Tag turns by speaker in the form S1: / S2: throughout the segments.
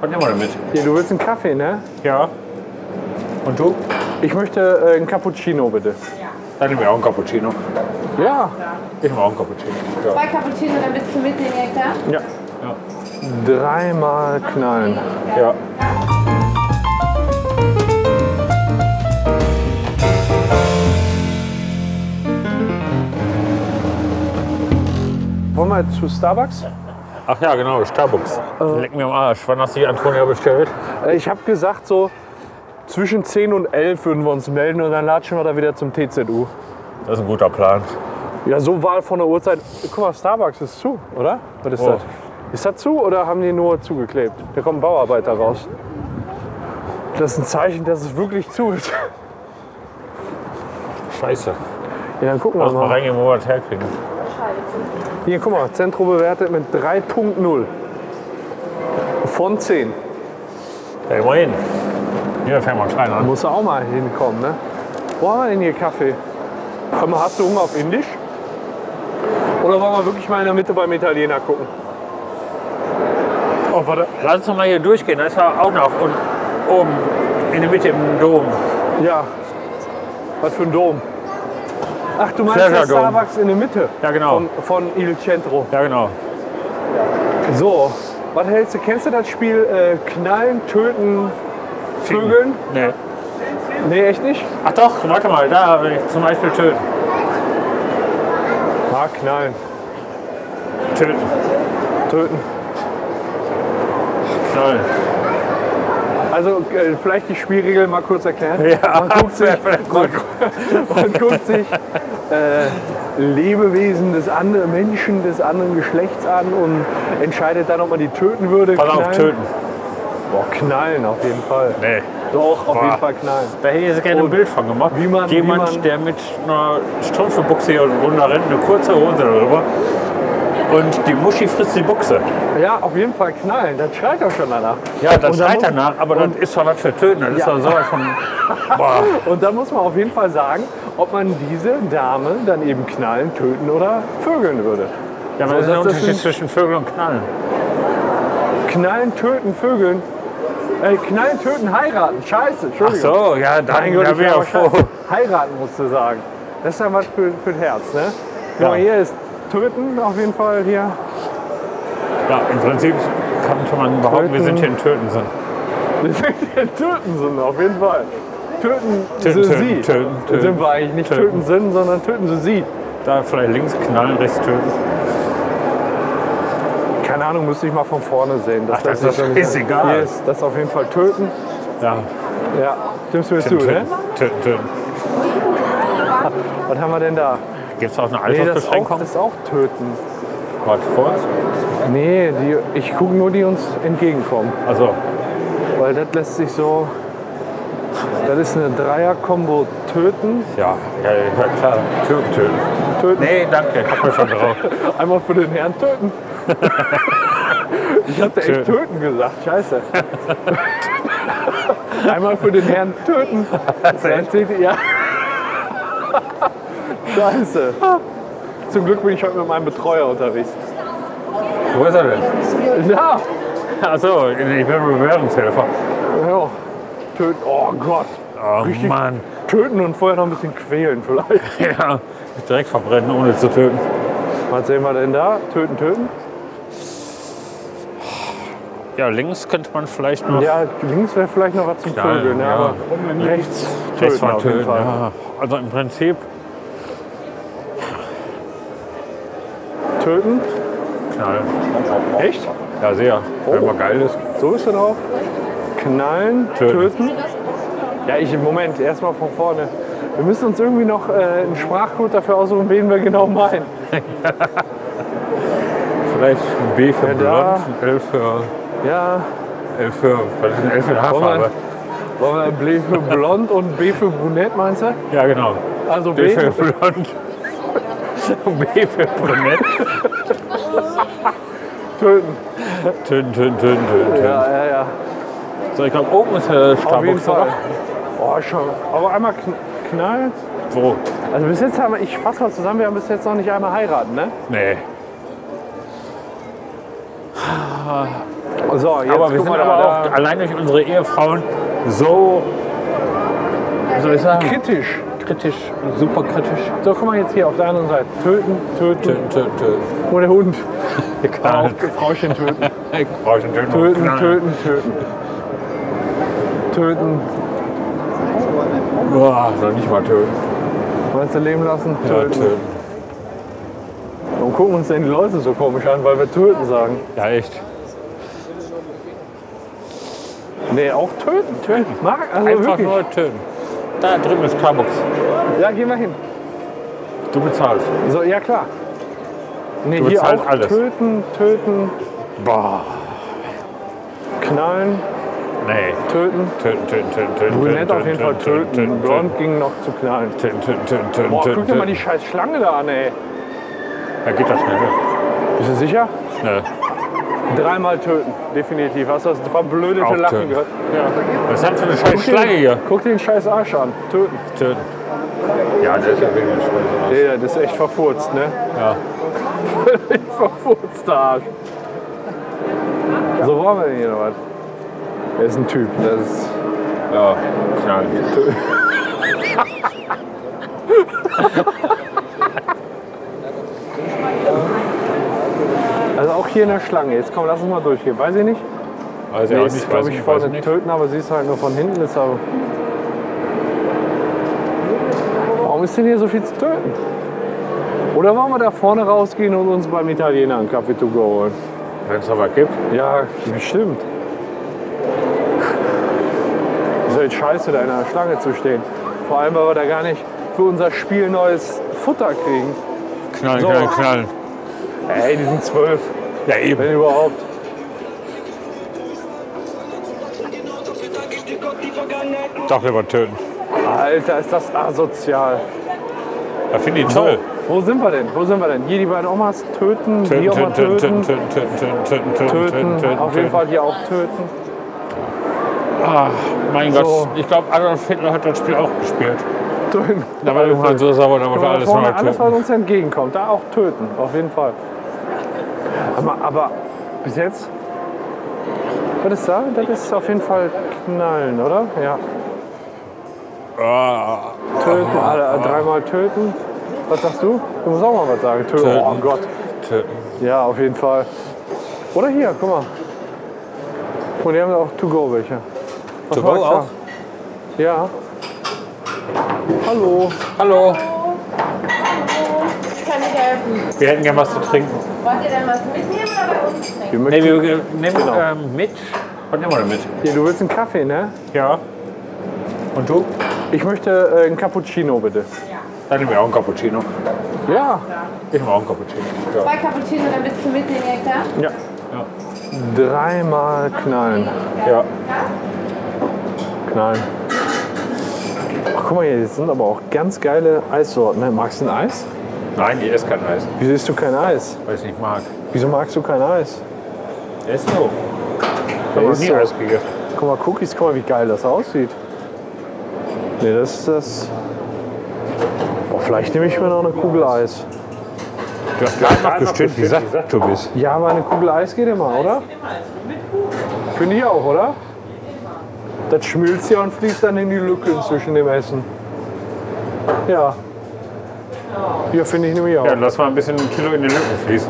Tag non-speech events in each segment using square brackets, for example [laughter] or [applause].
S1: Was nehmen wir denn mit?
S2: Ja, du willst einen Kaffee, ne?
S1: Ja. Und du?
S2: Ich möchte äh, einen Cappuccino, bitte.
S1: Dann nehmen wir auch einen Cappuccino.
S2: Ja.
S1: Ich nehme auch einen Cappuccino. Ja.
S3: Zwei Cappuccino, dann bist du mit den Hektar.
S2: Ja.
S1: Ja.
S2: Dreimal knallen.
S1: ja.
S2: Wollen wir zu Starbucks?
S1: Ach ja, genau, Starbucks. Leck mir am Arsch. Wann hast du die Antonia bestellt?
S2: Äh, Ich habe gesagt, so zwischen 10 und 11 würden wir uns melden und dann latschen wir da wieder zum TZU.
S1: Das ist ein guter Plan.
S2: Ja, so Wahl von der Uhrzeit. Guck mal, Starbucks ist zu, oder? Was ist
S1: Oh.
S2: das? Ist das zu oder haben die nur zugeklebt? Da kommt ein Bauarbeiter raus. Das ist ein Zeichen, dass es wirklich zu ist.
S1: Scheiße.
S2: Ja, dann gucken wir
S1: Lass mal
S2: mal.
S1: reingehen, wo wir das herkriegen.
S2: Hier, guck mal, Zentro bewertet mit 3.0 von 10.
S1: Ja, immerhin. Hier fängt man klein an.
S2: Muss auch mal hinkommen, ne? Wo haben wir denn hier Kaffee? Komm, hast du Hunger auf Indisch? Oder wollen wir wirklich mal in der Mitte beim Italiener gucken?
S1: Oh, warte. Lass uns doch mal hier durchgehen. Da ist ja auch noch. Und oben in der Mitte im Dom.
S2: Ja. Was für ein Dom. Ach, du meinst
S1: Pleasure
S2: das
S1: Dome.
S2: Starbucks in der Mitte?
S1: Ja, genau.
S2: Von, von Il Centro.
S1: Ja, genau.
S2: So, was hältst du? Kennst du das Spiel äh, Knallen, Töten, Vögeln?
S1: Nee.
S2: Nee, echt nicht?
S1: Ach doch, warte mal. Da zum Beispiel töten.
S2: Ah, Knallen,
S1: Töten.
S2: Töten.
S1: Knallen.
S2: Also äh, vielleicht die Spielregeln mal kurz erklären.
S1: Ja,
S2: man
S1: [laughs]
S2: guckt sich,
S1: wär- wär
S2: man, [laughs] man guckt sich äh, Lebewesen des anderen Menschen des anderen Geschlechts an und entscheidet dann, ob man die töten würde.
S1: Pass auf,
S2: knallen.
S1: töten.
S2: Boah, knallen auf jeden Fall.
S1: Nee.
S2: Doch, auf
S1: Boah.
S2: jeden Fall knallen.
S1: Da hätte ich jetzt gerne ein Bild von gemacht.
S2: wie man- wie
S1: Jemand,
S2: man-
S1: der mit einer Strumpfbuchse hier runterrennt, eine kurze Hose darüber. Und die Muschi frisst die Buchse.
S2: Ja, auf jeden Fall knallen. Das schreit doch schon danach.
S1: Ja, das
S2: Und dann
S1: schreit
S2: muss-
S1: danach, aber das ist doch was für Töten. Das ist
S2: Ja.
S1: doch sowas von. [laughs] Boah.
S2: Und dann muss man auf jeden Fall sagen, ob man diese Dame dann eben knallen, töten oder vögeln würde.
S1: Ja, aber
S2: So,
S1: das ist der
S2: das- das
S1: Unterschied
S2: sind-
S1: zwischen Vögeln und Knallen.
S2: Knallen, töten, vögeln. Äh, knallen, töten, heiraten. Scheiße,
S1: Ach
S2: Entschuldigung.
S1: so, ja, dann
S2: Mein Gott,
S1: da
S2: ich
S1: wäre
S2: war
S1: ich froh.
S2: wahrscheinlich- Heiraten musst du sagen. Das ist ja was für, für ein Herz, ne? Guck mal,
S1: Ja.
S2: hier ist Töten auf jeden Fall hier. [laughs]
S1: Ja, im Prinzip kann man behaupten, wir sind hier in Töten sind.
S2: töten sind auf jeden Fall. Töten,
S1: Töten,
S2: sind
S1: töten,
S2: sie.
S1: töten,
S2: Dann
S1: töten.
S2: sind wir eigentlich nicht
S1: Töten.
S2: töten, sind, sondern töten sie sie.
S1: Da vielleicht links knallen, rechts töten.
S2: Keine Ahnung, müsste ich mal von vorne sehen.
S1: Ach, das
S2: weiß
S1: ist
S2: ich noch
S1: doch
S2: nicht.
S1: scheißegal.
S2: Hier ist das auf jeden Fall töten.
S1: Ja,
S2: Ja, stimmst du mir zu,
S1: töten,
S2: ne?
S1: töten, töten.
S2: Was haben wir denn da?
S1: Gibt es auch eine
S2: Nee, das, ist auch,
S1: Altersbeschränkung?
S2: das ist auch töten.
S1: Warte, vor uns?
S2: Nee, die, ich gucke nur, die uns entgegenkommen.
S1: Also,
S2: Weil das lässt sich so. Das ist eine Dreier-Kombo töten.
S1: ja, ja, ja, klar. Töten, töten.
S2: Töten.
S1: Nee, danke, ich hab mir schon drauf.
S2: Einmal für den Herrn töten. Ich hab da echt
S1: Töten.
S2: töten gesagt. Scheiße. Einmal für den Herrn töten. Dann zählt die- Ja. Scheiße. Zum Glück bin ich heute mit meinem Betreuer unterwegs.
S1: Wo ist er denn?
S2: Ja.
S1: Achso, ich bin Bewährungshelfer.
S2: ja. Töten. Oh Gott.
S1: Oh
S2: Richtig.
S1: Mann.
S2: Töten und vorher noch ein bisschen quälen vielleicht.
S1: [laughs] Ja, direkt verbrennen, ohne zu töten.
S2: Was sehen wir denn da? Töten, töten.
S1: Ja, links könnte man vielleicht noch
S2: Ja, links wäre vielleicht noch was zum
S1: Knallen,
S2: Vögeln,
S1: ja.
S2: ja. aber rechts
S1: rechts
S2: töten
S1: mal
S2: auf jeden
S1: töten.
S2: Fall.
S1: Ja. Also im Prinzip
S2: Töten?
S1: knallen.
S2: Echt?
S1: Ja, sehr. Wenn man geil ist.
S2: So ist das auch. Knallen,
S1: Töten.
S2: töten. Ja, ich im Moment, erstmal von vorne. Wir müssen uns irgendwie noch äh, einen Sprachcode dafür aussuchen, wen wir genau meinen.
S1: Vielleicht ein B für
S2: Ja, da.
S1: Blond, ein L für,
S2: Ja,
S1: L für, was ist ein L für
S2: wollen wir,
S1: Haarfarbe?
S2: wollen wir ein B für blond und ein B für brunett, meinst du?
S1: Ja, genau.
S2: Also
S1: B
S2: B.
S1: für Blond. [laughs] B für Brunett.
S2: Töten.
S1: Töten, töten, töten, töten. töten.
S2: Ja, ja, ja.
S1: So, ich glaube, oben ist der
S2: Auf jeden
S1: Starbucks,
S2: Fall.
S1: oder?
S2: Oh, schon. Aber einmal kn- knallen.
S1: Wo?
S2: Also bis jetzt haben wir, ich fasse mal zusammen, wir haben bis jetzt noch nicht einmal heiraten, ne?
S1: Nee.
S2: So, jetzt
S1: aber wir
S2: guck
S1: sind
S2: mal
S1: aber
S2: da,
S1: auch allein durch unsere Ehefrauen so, wie soll ich
S2: da.
S1: sagen,
S2: kritisch.
S1: kritisch, super kritisch.
S2: So, guck mal jetzt hier auf der anderen Seite. Töten, töten.
S1: Töten, töten, töten.
S2: Oh,
S1: [laughs]
S2: der Hund.
S1: Knallen.
S2: Auf, Frauchen töten.
S1: Frauchen töten.
S2: Töten,
S1: Knallen.
S2: töten, töten. Töten.
S1: Boah, noch nicht mal töten.
S2: Wollen sie leben lassen?
S1: Ja,
S2: Töten.
S1: töten.
S2: Und gucken uns denn die Leute so komisch an, weil wir töten sagen.
S1: Ja, echt.
S2: Nee, auch töten. Töten. Mag, also
S1: Einfach
S2: wirklich.
S1: nur töten. Da drüben ist Starbucks.
S2: Ja, geh mal hin.
S1: Du bezahlst.
S2: So, ja klar. Nee,
S1: Du
S2: hier
S1: bezahlst
S2: auch
S1: alles.
S2: töten, töten,
S1: Boah.
S2: knallen,
S1: Nee.
S2: töten.
S1: Töten, töten, töten, töten.
S2: Brünett auf jeden Fall töten.
S1: Töten,
S2: Blond ging noch zu knallen.
S1: töten, töten, töten, töten.
S2: Boah, guck dir mal die
S1: töten.
S2: scheiß Schlange da an, ey.
S1: Da geht das schnell. ne?
S2: Bist du sicher?
S1: Ne.
S2: Dreimal töten, definitiv. Hast du das verblödete
S1: Auch
S2: Lachen
S1: töten.
S2: gehört? Ja.
S1: Was hat für eine scheiß Schlange hier?
S2: Guck dir den scheiß Arsch an. Töten.
S1: Töten. Ja, das ist ja wirklich scheiße.
S2: Nee, das ist echt verfurzt, ne?
S1: Ja.
S2: Völlig [laughs] verfurzter Arsch. So wollen wir denn hier noch was? Er ist ein Typ, das ist...
S1: Ja, knall.
S2: Also auch hier in der Schlange. Jetzt komm, lass uns mal durchgehen. Weiß ich nicht.
S1: Also,
S2: Nee,
S1: ja,
S2: ist, glaube ich, vorne töten, aber sie ist halt nur von hinten. Ist aber warum ist denn hier so viel zu töten? Oder wollen wir da vorne rausgehen und uns beim Italiener einen Kaffee to go holen?
S1: Wenn es noch was gibt.
S2: Ja, bestimmt. Ist halt scheiße, da in einer Schlange zu stehen. Vor allem, weil wir da gar nicht für unser Spiel neues Futter kriegen.
S1: Knallen,
S2: So.
S1: knallen, knallen.
S2: Ey, die sind zwölf,
S1: Ja, eben.
S2: wenn überhaupt.
S1: Doch lieber töten.
S2: Alter, ist das asozial.
S1: Da finde ich toll.
S2: Wo sind wir denn? Wo sind wir denn? Hier die beiden Omas töten, die Oma
S1: Töten,
S2: töten,
S1: töten, töten,
S2: töten,
S1: töten, töten, töten, töten, töten, töten.
S2: auf jeden Fall hier auch töten.
S1: Ah, mein
S2: So.
S1: Gott, ich glaube, Adolf Hitler hat das Spiel auch gespielt.
S2: Töten.
S1: Da war irgendwann halt so sauer, da
S2: Guck
S1: wollte
S2: mal,
S1: alles
S2: vorne
S1: mal
S2: alles,
S1: töten.
S2: was uns entgegenkommt, da auch töten, auf jeden Fall. Aber, aber bis jetzt, was ist da? Das ist auf jeden Fall knallen, oder? Ja.
S1: Ah,
S2: Töten, alle, dreimal töten. Was sagst du? Du musst auch mal was sagen. Töten.
S1: Töten.
S2: Oh Gott.
S1: töten.
S2: Ja, auf jeden Fall. Oder hier, guck mal. Und die haben auch To-Go welche.
S1: To
S2: war
S1: go
S2: klar.
S1: auch?
S2: Ja. Hallo.
S1: Hallo.
S3: Ich kann nicht helfen.
S1: Wir hätten gern was zu trinken.
S3: Wollt ihr denn was mitnehmen oder bei uns trinken?
S2: Wir
S1: Nee,
S2: möchten,
S1: wir äh, nehmen ähm, mit. Was nehmen wir denn mit?
S2: hier, du willst einen Kaffee, ne?
S1: Ja. Und du?
S2: Ich möchte äh, einen Cappuccino, bitte.
S1: Dann nehmen wir auch einen Cappuccino.
S2: Ja.
S1: Ich nehme auch einen Cappuccino. Ja.
S3: Zwei Cappuccino, dann bist du mitnehmen, ja klar?
S2: Ja.
S1: Ja.
S2: Dreimal knallen.
S1: ja.
S2: Knallen. Ach, guck mal hier, das sind aber auch ganz geile Eissorten. Ne? Magst du ein Eis?
S1: Nein, ich esse kein Eis,
S2: Wieso isst du kein Eis?
S1: weil ich es nicht mag.
S2: Wieso magst du kein Eis?
S1: Esse so. Ich habe
S2: Ja,
S1: noch
S2: ist
S1: nie
S2: so.
S1: Eis gegessen.
S2: Guck mal, Cookies, guck mal, wie geil das aussieht. Ne, das ist das. Boah, vielleicht nehme ich mir noch eine Kugel Eis.
S1: Du hast gerade bestimmt gesagt, du bist.
S2: Ja, aber eine Kugel Eis geht immer, also oder? Finde ich auch, oder? Das schmilzt ja und fließt dann in die Lücke zwischen dem Essen. Ja. Ja, finde ich nämlich auch.
S1: Ja, lass mal ein bisschen ein Kilo in den Lücken fließen.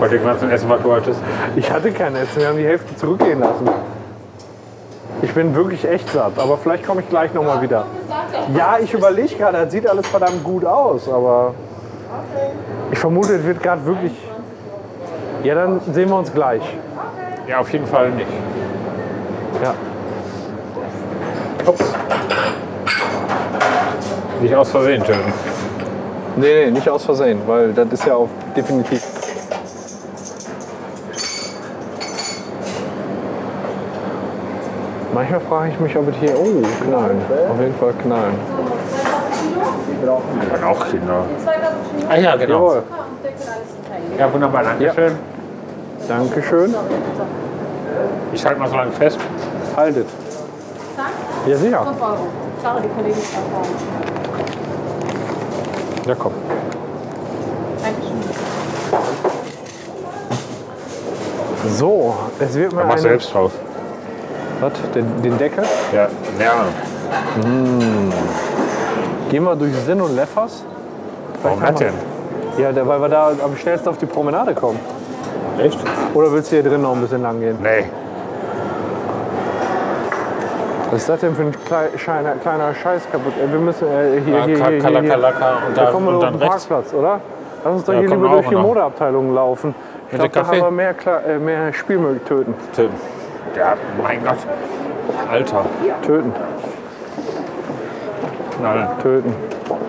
S1: Bei dem ganzen Essen, was du hattest.
S2: Ich hatte kein Essen, wir haben die Hälfte zurückgehen lassen. Ich bin wirklich echt satt, aber vielleicht komme ich gleich nochmal wieder. Ja, ich überlege gerade, das sieht alles verdammt gut aus, aber ich vermute, es wird gerade wirklich. Ja, dann sehen wir uns gleich.
S1: Ja, auf jeden Fall nicht.
S2: Ja.
S1: Ups. Nicht aus Versehen töten.
S2: Nee, nee, nicht aus Versehen, weil das ist ja auch definitiv. Manchmal frage ich mich, ob es hier. Oh, knallen. Auf jeden Fall knallen.
S1: Kann auch Kinder.
S3: Zwei Cappuccino?
S1: Ah ja, genau.
S2: Jawohl.
S3: Ja, und der kann alles teilen.
S1: Ja, wunderbar, dankeschön.
S2: Dankeschön.
S1: Ich halte mal so lange fest.
S2: Haltet. Ja, sicher.
S3: 5 Euro. Schade, die Kollegin ist auch
S2: Ja, komm.
S3: Dankeschön.
S2: So, es wird mal
S1: Mach
S2: eine...
S1: selbst drauf.
S2: Was? Den, den Deckel?
S1: Ja, ja.
S2: Gehen wir durch Sinn und Leffers?
S1: Warum das denn?
S2: Ja, da- weil wir da am schnellsten auf die Promenade kommen.
S1: Echt?
S2: Oder willst du hier drin noch ein bisschen lang gehen?
S1: Nee.
S2: Was ist das denn für ein klei- scheiner- kleiner Scheiß kaputt? Äh, Wir müssen äh, hier,
S1: Ja,
S2: hier, hier, hier, hier.
S1: Kalakalaka und,
S2: Da
S1: da,
S2: kommen wir
S1: und
S2: auf
S1: dann
S2: den
S1: rechts.
S2: Parkplatz, oder? Lass uns doch
S1: Ja,
S2: hier
S1: kommen
S2: lieber
S1: wir
S2: durch
S1: auch
S2: die
S1: noch.
S2: Modeabteilung laufen. Ich
S1: Mit dem
S2: glaube, da haben
S1: Kaffee?
S2: wir mehr, Kla äh, mehr Spielmülltöten.
S1: Tim. Ja, mein Gott. Alter.
S2: Töten,
S1: Nein,
S2: töten,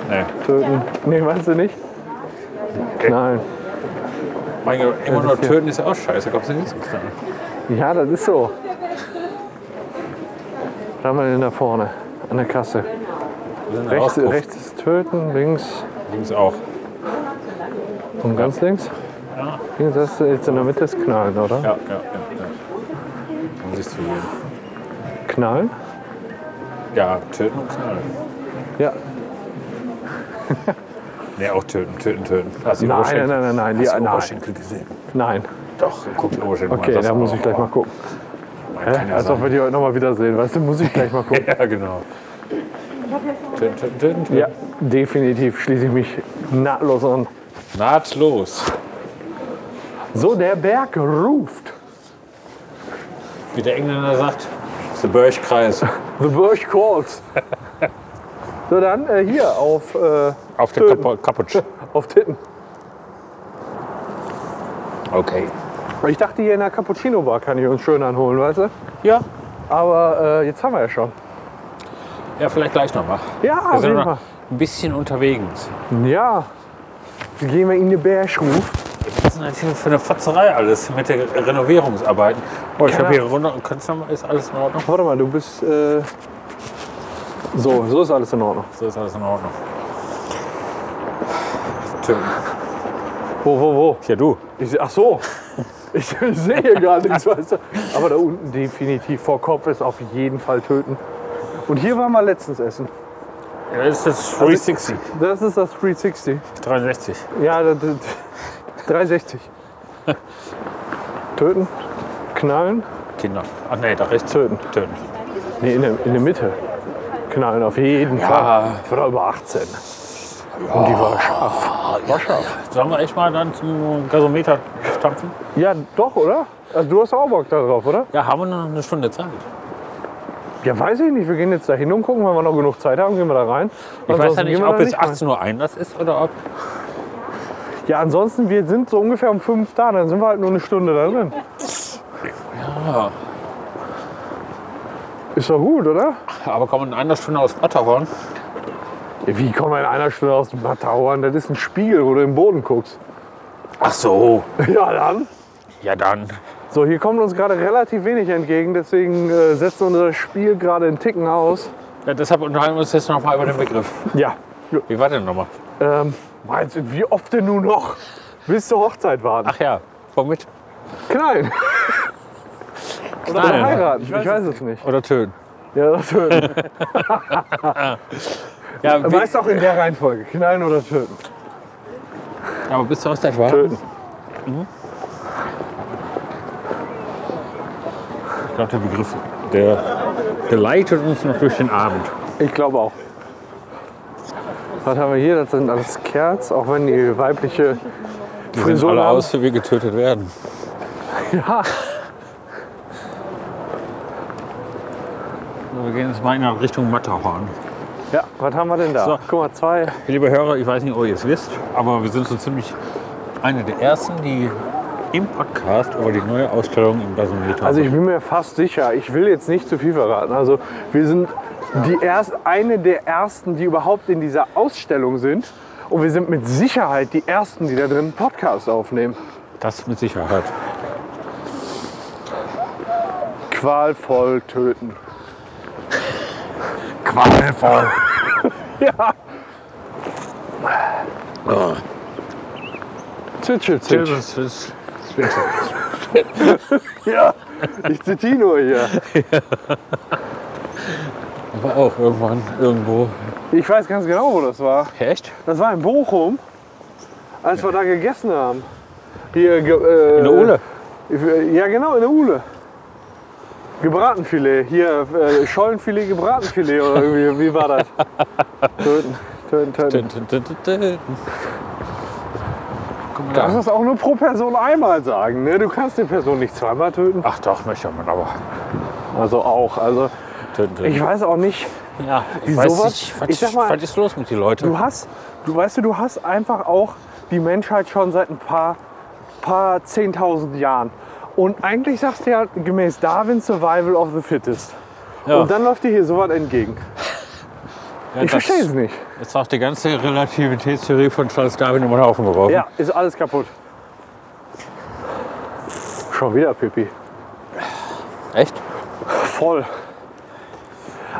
S1: nee.
S2: töten. Nee, meinst du nicht?
S1: Okay.
S2: Nein.
S1: Mein Gott, immer nur
S2: ist ja-
S1: töten ist ja auch scheiße. Kommst du nicht zu knacken?
S2: Ja, das ist so. Was haben wir denn da vorne? An der Kasse.
S1: Wir sind
S2: Rechts,
S1: rausgerufen.
S2: rechts ist Töten, links
S1: Links auch.
S2: und ganz links. Links hast du jetzt in der Mitte ist Knallen, oder?
S1: Ja, ja, ja. ja. Muss ich zugeben.
S2: Knallen?
S1: Ja, töten und knallen.
S2: Ja.
S1: Nee, auch töten, töten, töten. Hast du die
S2: Nein,
S1: Oberschenkel-
S2: nein, nein, nein, die-
S1: Hast du die
S2: nein.
S1: Oberschenkel gesehen?
S2: Nein.
S1: Doch, guck die Oberschenkel
S2: Okay,
S1: das
S2: da
S1: auch.
S2: muss ich gleich mal gucken.
S1: Man
S2: Hä?
S1: kann ja
S2: Als ob
S1: sagen.
S2: wir die heute nochmal wiedersehen. Weißt du, muss ich gleich
S1: [laughs]
S2: mal gucken.
S1: Ja, genau. Töten, töten, töten, töten.
S2: ja, definitiv schließe ich mich nahtlos an.
S1: Nahtlos.
S2: So, der Berg ruft.
S1: Wie der Engländer sagt, der Börchkreis.
S2: The Birch
S1: [laughs]
S2: calls. so, dann äh, hier auf, äh,
S1: Auf der
S2: Töten.
S1: Kapo- Kaputsch.
S2: auf Titten.
S1: Okay.
S2: Ich dachte, hier in der Cappuccino-Bar kann ich uns schön anholen, weißt du?
S1: Ja,
S2: Aber äh, jetzt haben wir ja schon.
S1: ja vielleicht gleich nochmal.
S2: Ja,
S1: Wir
S2: auf
S1: sind
S2: jeden
S1: noch
S2: Fall.
S1: ein bisschen unterwegs.
S2: Ja. Jetzt gehen wir in den Bärschruf.
S1: Was ist denn das hier für eine Fotzerei alles mit den Renovierungsarbeiten? Oh, ich
S2: Keine
S1: habe hier runter. Kannst du noch mal- ist alles in Ordnung?
S2: Warte mal, du bist. Äh, so, so ist alles in Ordnung.
S1: So ist alles in Ordnung. Töten.
S2: Wo, wo, wo?
S1: Ja, du.
S2: Ich, seh- ach so. Ich [laughs] sehe hier gar nichts, weißt du? Aber da unten definitiv vor Kopf ist auf jeden Fall töten. Und hier waren wir letztens essen.
S1: Ja, das ist das 360.
S2: Das ist das 360.
S1: 63.
S2: Ja, das, das, [laughs] 360. Töten, knallen,
S1: Kinder. Ach nee, da rechts.
S2: töten.
S1: Töten.
S2: Nee, in der, in der Mitte. Knallen auf jeden Fall.
S1: Ah,
S2: Ich war da über 18. Und die war scharf. War scharf.
S1: Sollen wir echt mal dann zum Gasometer stampfen?
S2: Ja, doch, oder? Also du hast auch Bock darauf, oder?
S1: Ja, haben wir noch eine Stunde Zeit.
S2: Ja, weiß ich nicht. Wir gehen jetzt da hin und gucken, wenn wir noch genug Zeit haben, gehen wir da rein.
S1: Ich weiß ja
S2: Ansonsten
S1: nicht,
S2: gehen wir
S1: ob
S2: da
S1: bis
S2: rein.
S1: 18 Uhr Einlass ist oder ob.
S2: Ja, ansonsten, wir sind so ungefähr um 5 da, dann sind wir halt nur eine Stunde da drin.
S1: Ja,
S2: Ist doch gut, oder?
S1: aber kommen in einer Stunde aus Matterhorn.
S2: Ja, Wie kommen wir in einer Stunde aus dem Matterhorn? Das ist ein Spiegel, wo du im Boden guckst.
S1: Ach so.
S2: Ja, dann.
S1: Ja, dann.
S2: So, hier kommt uns gerade relativ wenig entgegen, deswegen äh, setzt unser Spiel gerade einen Ticken aus.
S1: Ja, deshalb unterhalten wir uns jetzt nochmal über den Begriff.
S2: Ja.
S1: Wie war denn nochmal?
S2: Ähm, meinst du, wie oft denn nun noch? Bis zur Hochzeit warten.
S1: Ach ja, womit?
S2: Knallen. [laughs] Oder heiraten. Ich weiß, es nicht.
S1: Oder töten.
S2: Ja, das töten.
S1: Ja,
S2: Du weißt auch in der Reihenfolge. Knallen oder töten.
S1: aber bis zur Hochzeit war.
S2: Töten.
S1: Ich glaube, der Begriff, der, der leitet uns noch durch den Abend.
S2: Ich glaube auch. Was haben wir hier? Das sind alles Kerz, auch wenn die weibliche [laughs]
S1: Wir sind
S2: Frisur
S1: alle
S2: haben.
S1: aus, wie wir getötet werden.
S2: Ja.
S1: Wir gehen jetzt mal in Richtung Matterhorn.
S2: ja, was haben wir denn da?
S1: So.
S2: Guck mal, zwei.
S1: Liebe Hörer, ich weiß nicht, ob ihr es wisst, aber wir sind so ziemlich eine der ersten, die im Podcast über die neue Ausstellung im Gasometer.
S2: Also ich bin mir fast sicher, ich will jetzt nicht zu viel verraten. Also wir sind die erst, eine der ersten, die überhaupt in dieser Ausstellung sind. Und wir sind mit Sicherheit die ersten, die da drin einen Podcast aufnehmen.
S1: das mit Sicherheit.
S2: Qualvoll töten.
S1: Qualvoll. [laughs] ja.
S2: Zitschel,
S1: Das
S2: zitsch.
S1: ist, das
S2: Ja, ich zitiere nur hier.
S1: war auch irgendwann irgendwo.
S2: Ich weiß ganz genau, wo das war.
S1: Echt?
S2: Das war in Bochum, als wir da gegessen haben. Hier, ge- äh,
S1: In der Ole?
S2: Ja, genau, in der Uhle. Gebratenfilet. Hier, äh, Schollenfilet, Gebratenfilet oder irgendwie. Wie
S1: [laughs]
S2: war das? töten, töten,
S1: Dun, dun,
S2: töten.
S1: dun, dun, dun. Guck mal
S2: Das
S1: da.
S2: ist auch nur pro Person einmal sagen. Ne? Du kannst die Person nicht zweimal töten.
S1: Ach doch, möchte man aber.
S2: Also auch. Also
S1: Dun, dun.
S2: ich weiß auch nicht.
S1: ja, ich
S2: wieso
S1: weiß
S2: was?
S1: nicht, was,
S2: Ich sag mal,
S1: was ist los mit den Leuten?
S2: Du hast, du weißt du, du hast einfach auch die Menschheit schon seit ein paar, paar 10.000 Jahren. Und eigentlich sagst du ja gemäß Darwin Survival of the Fittest.
S1: Ja.
S2: Und dann läuft dir hier sowas entgegen.
S1: Ja,
S2: Ich
S1: das-
S2: verstehe es nicht.
S1: Jetzt auch die ganze Relativitätstheorie von Charles Darwin über den Haufen geworfen.
S2: Ja, ist alles kaputt. Schon wieder Pipi.
S1: Echt?
S2: Voll.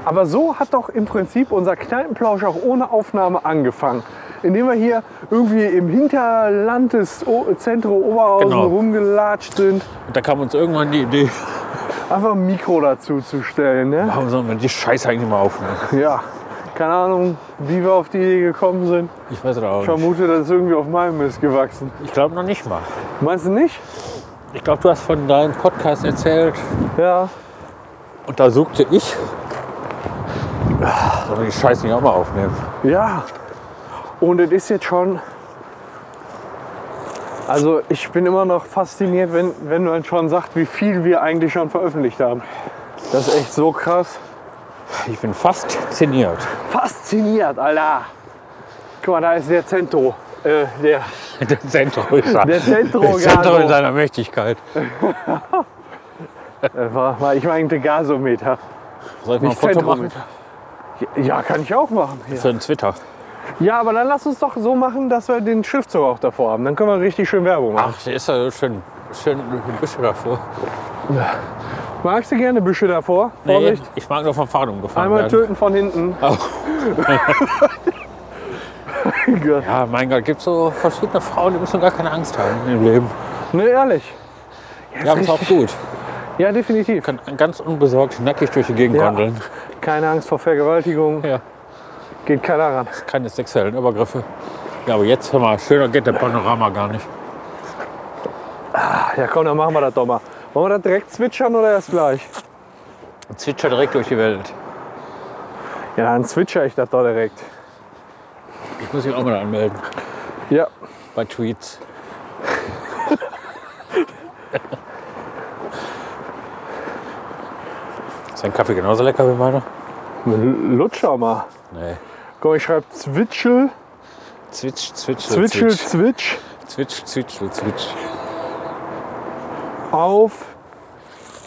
S2: Aber so hat doch im Prinzip unser Kneipenplausch auch ohne Aufnahme angefangen. Indem wir hier irgendwie im Hinterland des o Zentrum Oberhausen
S1: Genau.
S2: rumgelatscht sind.
S1: Und da kam uns irgendwann die Idee, [laughs]
S2: Einfach ein Mikro dazu zu stellen. Ne?
S1: warum sollen wir die Scheiße eigentlich mal aufnehmen? [laughs]
S2: Ja, keine Ahnung, wie wir auf die Idee gekommen sind.
S1: Ich weiß es auch
S2: Ich
S1: nicht.
S2: vermute, das ist irgendwie auf meinem Mist gewachsen.
S1: Ich glaube noch nicht mal.
S2: Meinst du nicht?
S1: Ich glaube, du hast von deinem Podcast erzählt
S2: Ja.
S1: und da suchte ich. Sollen wir die Scheiße nicht auch mal aufnehmen?
S2: Ja. Und es ist jetzt schon. Also ich bin immer noch fasziniert, wenn, wenn man schon sagt, wie viel wir eigentlich schon veröffentlicht haben. Das ist echt so krass.
S1: Ich bin fasziniert.
S2: Fasziniert, Alter. Guck mal, da ist der Zento. Äh, der,
S1: [laughs] Der Zentro ist
S2: der Zentro
S1: [laughs] Der Zentro in
S2: Gaso.
S1: seiner Mächtigkeit.
S2: Äh, war- war- Ich meine, der Gasometer.
S1: Soll ich mal ein
S2: Nicht
S1: Foto machen?
S2: Zentrometer. Ja, kann ich auch machen.
S1: Für einen Twitter.
S2: Ja, aber dann lass uns doch so machen, dass wir den Schriftzug auch davor haben. Dann können wir richtig schön Werbung machen.
S1: Ach, der ist ja schön, schön ein Büsche davor.
S2: Magst du gerne Büsche davor?
S1: Nee,
S2: Vorsicht.
S1: ich mag nur vom Fahrrad umgefahren
S2: Einmal
S1: werden.
S2: töten
S1: [laughs]
S2: von hinten.
S1: Oh.
S2: Gott.
S1: Ja, mein Gott, gibt so verschiedene Frauen, die müssen gar keine Angst haben im Leben.
S2: Ne, ehrlich.
S1: Die haben es auch gut.
S2: Ja, definitiv.
S1: Können ganz unbesorgt nackig durch die Gegend
S2: Ja.
S1: gondeln.
S2: Keine Angst vor Vergewaltigung.
S1: Ja.
S2: Geht keiner ran.
S1: Keine sexuellen Übergriffe. Ja, aber jetzt hör mal, schöner geht der Panorama gar nicht.
S2: Ach Ah, ja, komm, dann machen wir das doch mal. Wollen wir das direkt zwitschern oder erst gleich?
S1: Zwitscher direkt durch die Welt.
S2: Ja, dann zwitscher ich das doch direkt.
S1: Ich muss mich auch mal anmelden
S2: Ja.
S1: bei Tweets. [laughs] Ist dein Kaffee genauso lecker wie meiner? Hm.
S2: L- Lutscher mal.
S1: Nee.
S2: Komm, ich schreibe Zwitschel,
S1: Zwitsch, zwitsch,
S2: Zwitschel,
S1: zwitsch.
S2: Zwitsch
S1: Zwitsch, zwitsch, zwitsch.
S2: auf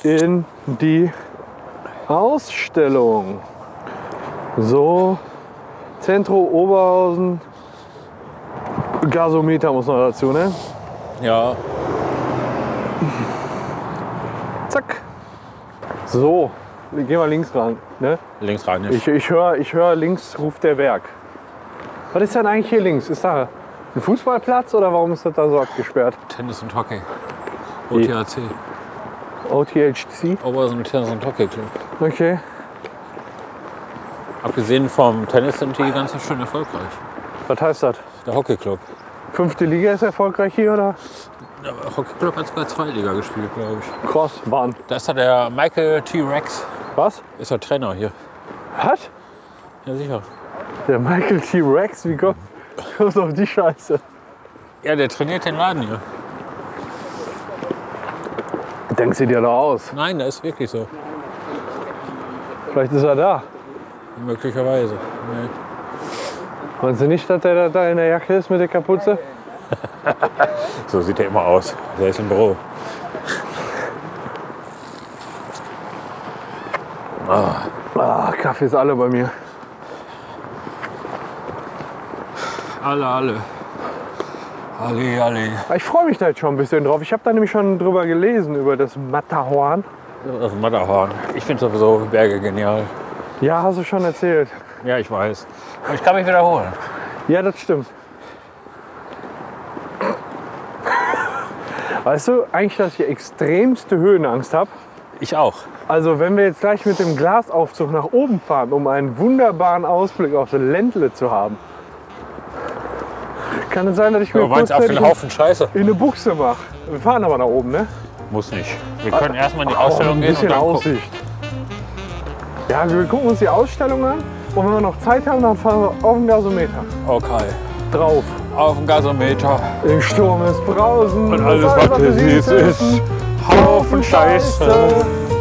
S2: in die Ausstellung. So, Zentro Oberhausen. Gasometer muss noch dazu, ne?
S1: Ja,
S2: Zack. So, wir gehen mal links ran. Ne?
S1: links rein. nicht.
S2: Ich, ich höre ich hör, links ruft der Berg. Was ist denn eigentlich hier links? Ist da ein Fußballplatz oder warum ist das da so abgesperrt?
S1: Tennis und Hockey. OTHC.
S2: OTHC?
S1: Obersen Tennis und Hockey Club.
S2: Okay.
S1: Abgesehen vom Tennis sind die ganz schön erfolgreich.
S2: Was heißt das?
S1: Der Hockey Club.
S2: Fünfte Liga ist erfolgreich hier oder?
S1: Der Hockey Club hat bei Zweitliga gespielt, glaube ich.
S2: Cross, Bahn.
S1: Da ist ja der Michael T-Rex.
S2: Was?
S1: Ist der Trainer hier.
S2: Was?
S1: Ja, sicher.
S2: Der Michael T. Rex, wie kommt kommst du auf die Scheiße?
S1: Ja, der trainiert den Laden hier.
S2: Denkst du dir doch aus?
S1: Nein, das ist wirklich so.
S2: Vielleicht ist er da.
S1: Möglicherweise. Nee.
S2: Meinst du nicht, dass der da- da in der Jacke ist mit der Kapuze?
S1: So sieht er immer aus. Der ist im Büro.
S2: Ah, Kaffee ist alle bei mir.
S1: Alle, alle. Alle, alle.
S2: Ah, Ich freue mich da jetzt schon ein bisschen drauf. Ich habe da nämlich schon drüber gelesen, über das Matterhorn.
S1: Das ist Matterhorn. Ich finde sowieso Berge genial.
S2: Ja, hast du schon erzählt.
S1: Ja, ich weiß. Aber ich kann mich wiederholen.
S2: Ja, das stimmt. Weißt du, eigentlich, dass ich extremste Höhenangst habe.
S1: Ich auch.
S2: Also wenn wir jetzt gleich mit dem Glasaufzug nach oben fahren, um einen wunderbaren Ausblick auf das Ländle zu haben, kann es sein, dass ich mir
S1: Du meinst auf
S2: kurzzeitig
S1: den Haufen Scheiße.
S2: in eine Buchse mache. Wir fahren aber nach oben, ne?
S1: Muss nicht. Wir können erstmal in die Ausstellung
S2: ein
S1: gehen und
S2: bisschen
S1: dann gucken.
S2: Aussicht. Ja, also, wir gucken uns die Ausstellung an und wenn wir noch Zeit haben, dann fahren wir auf den Gasometer
S1: Okay.
S2: drauf.
S1: Auf dem Gasometer.
S2: Im Sturm ist brausen
S1: Und alles, was du siehst, ist Haufen Scheiße.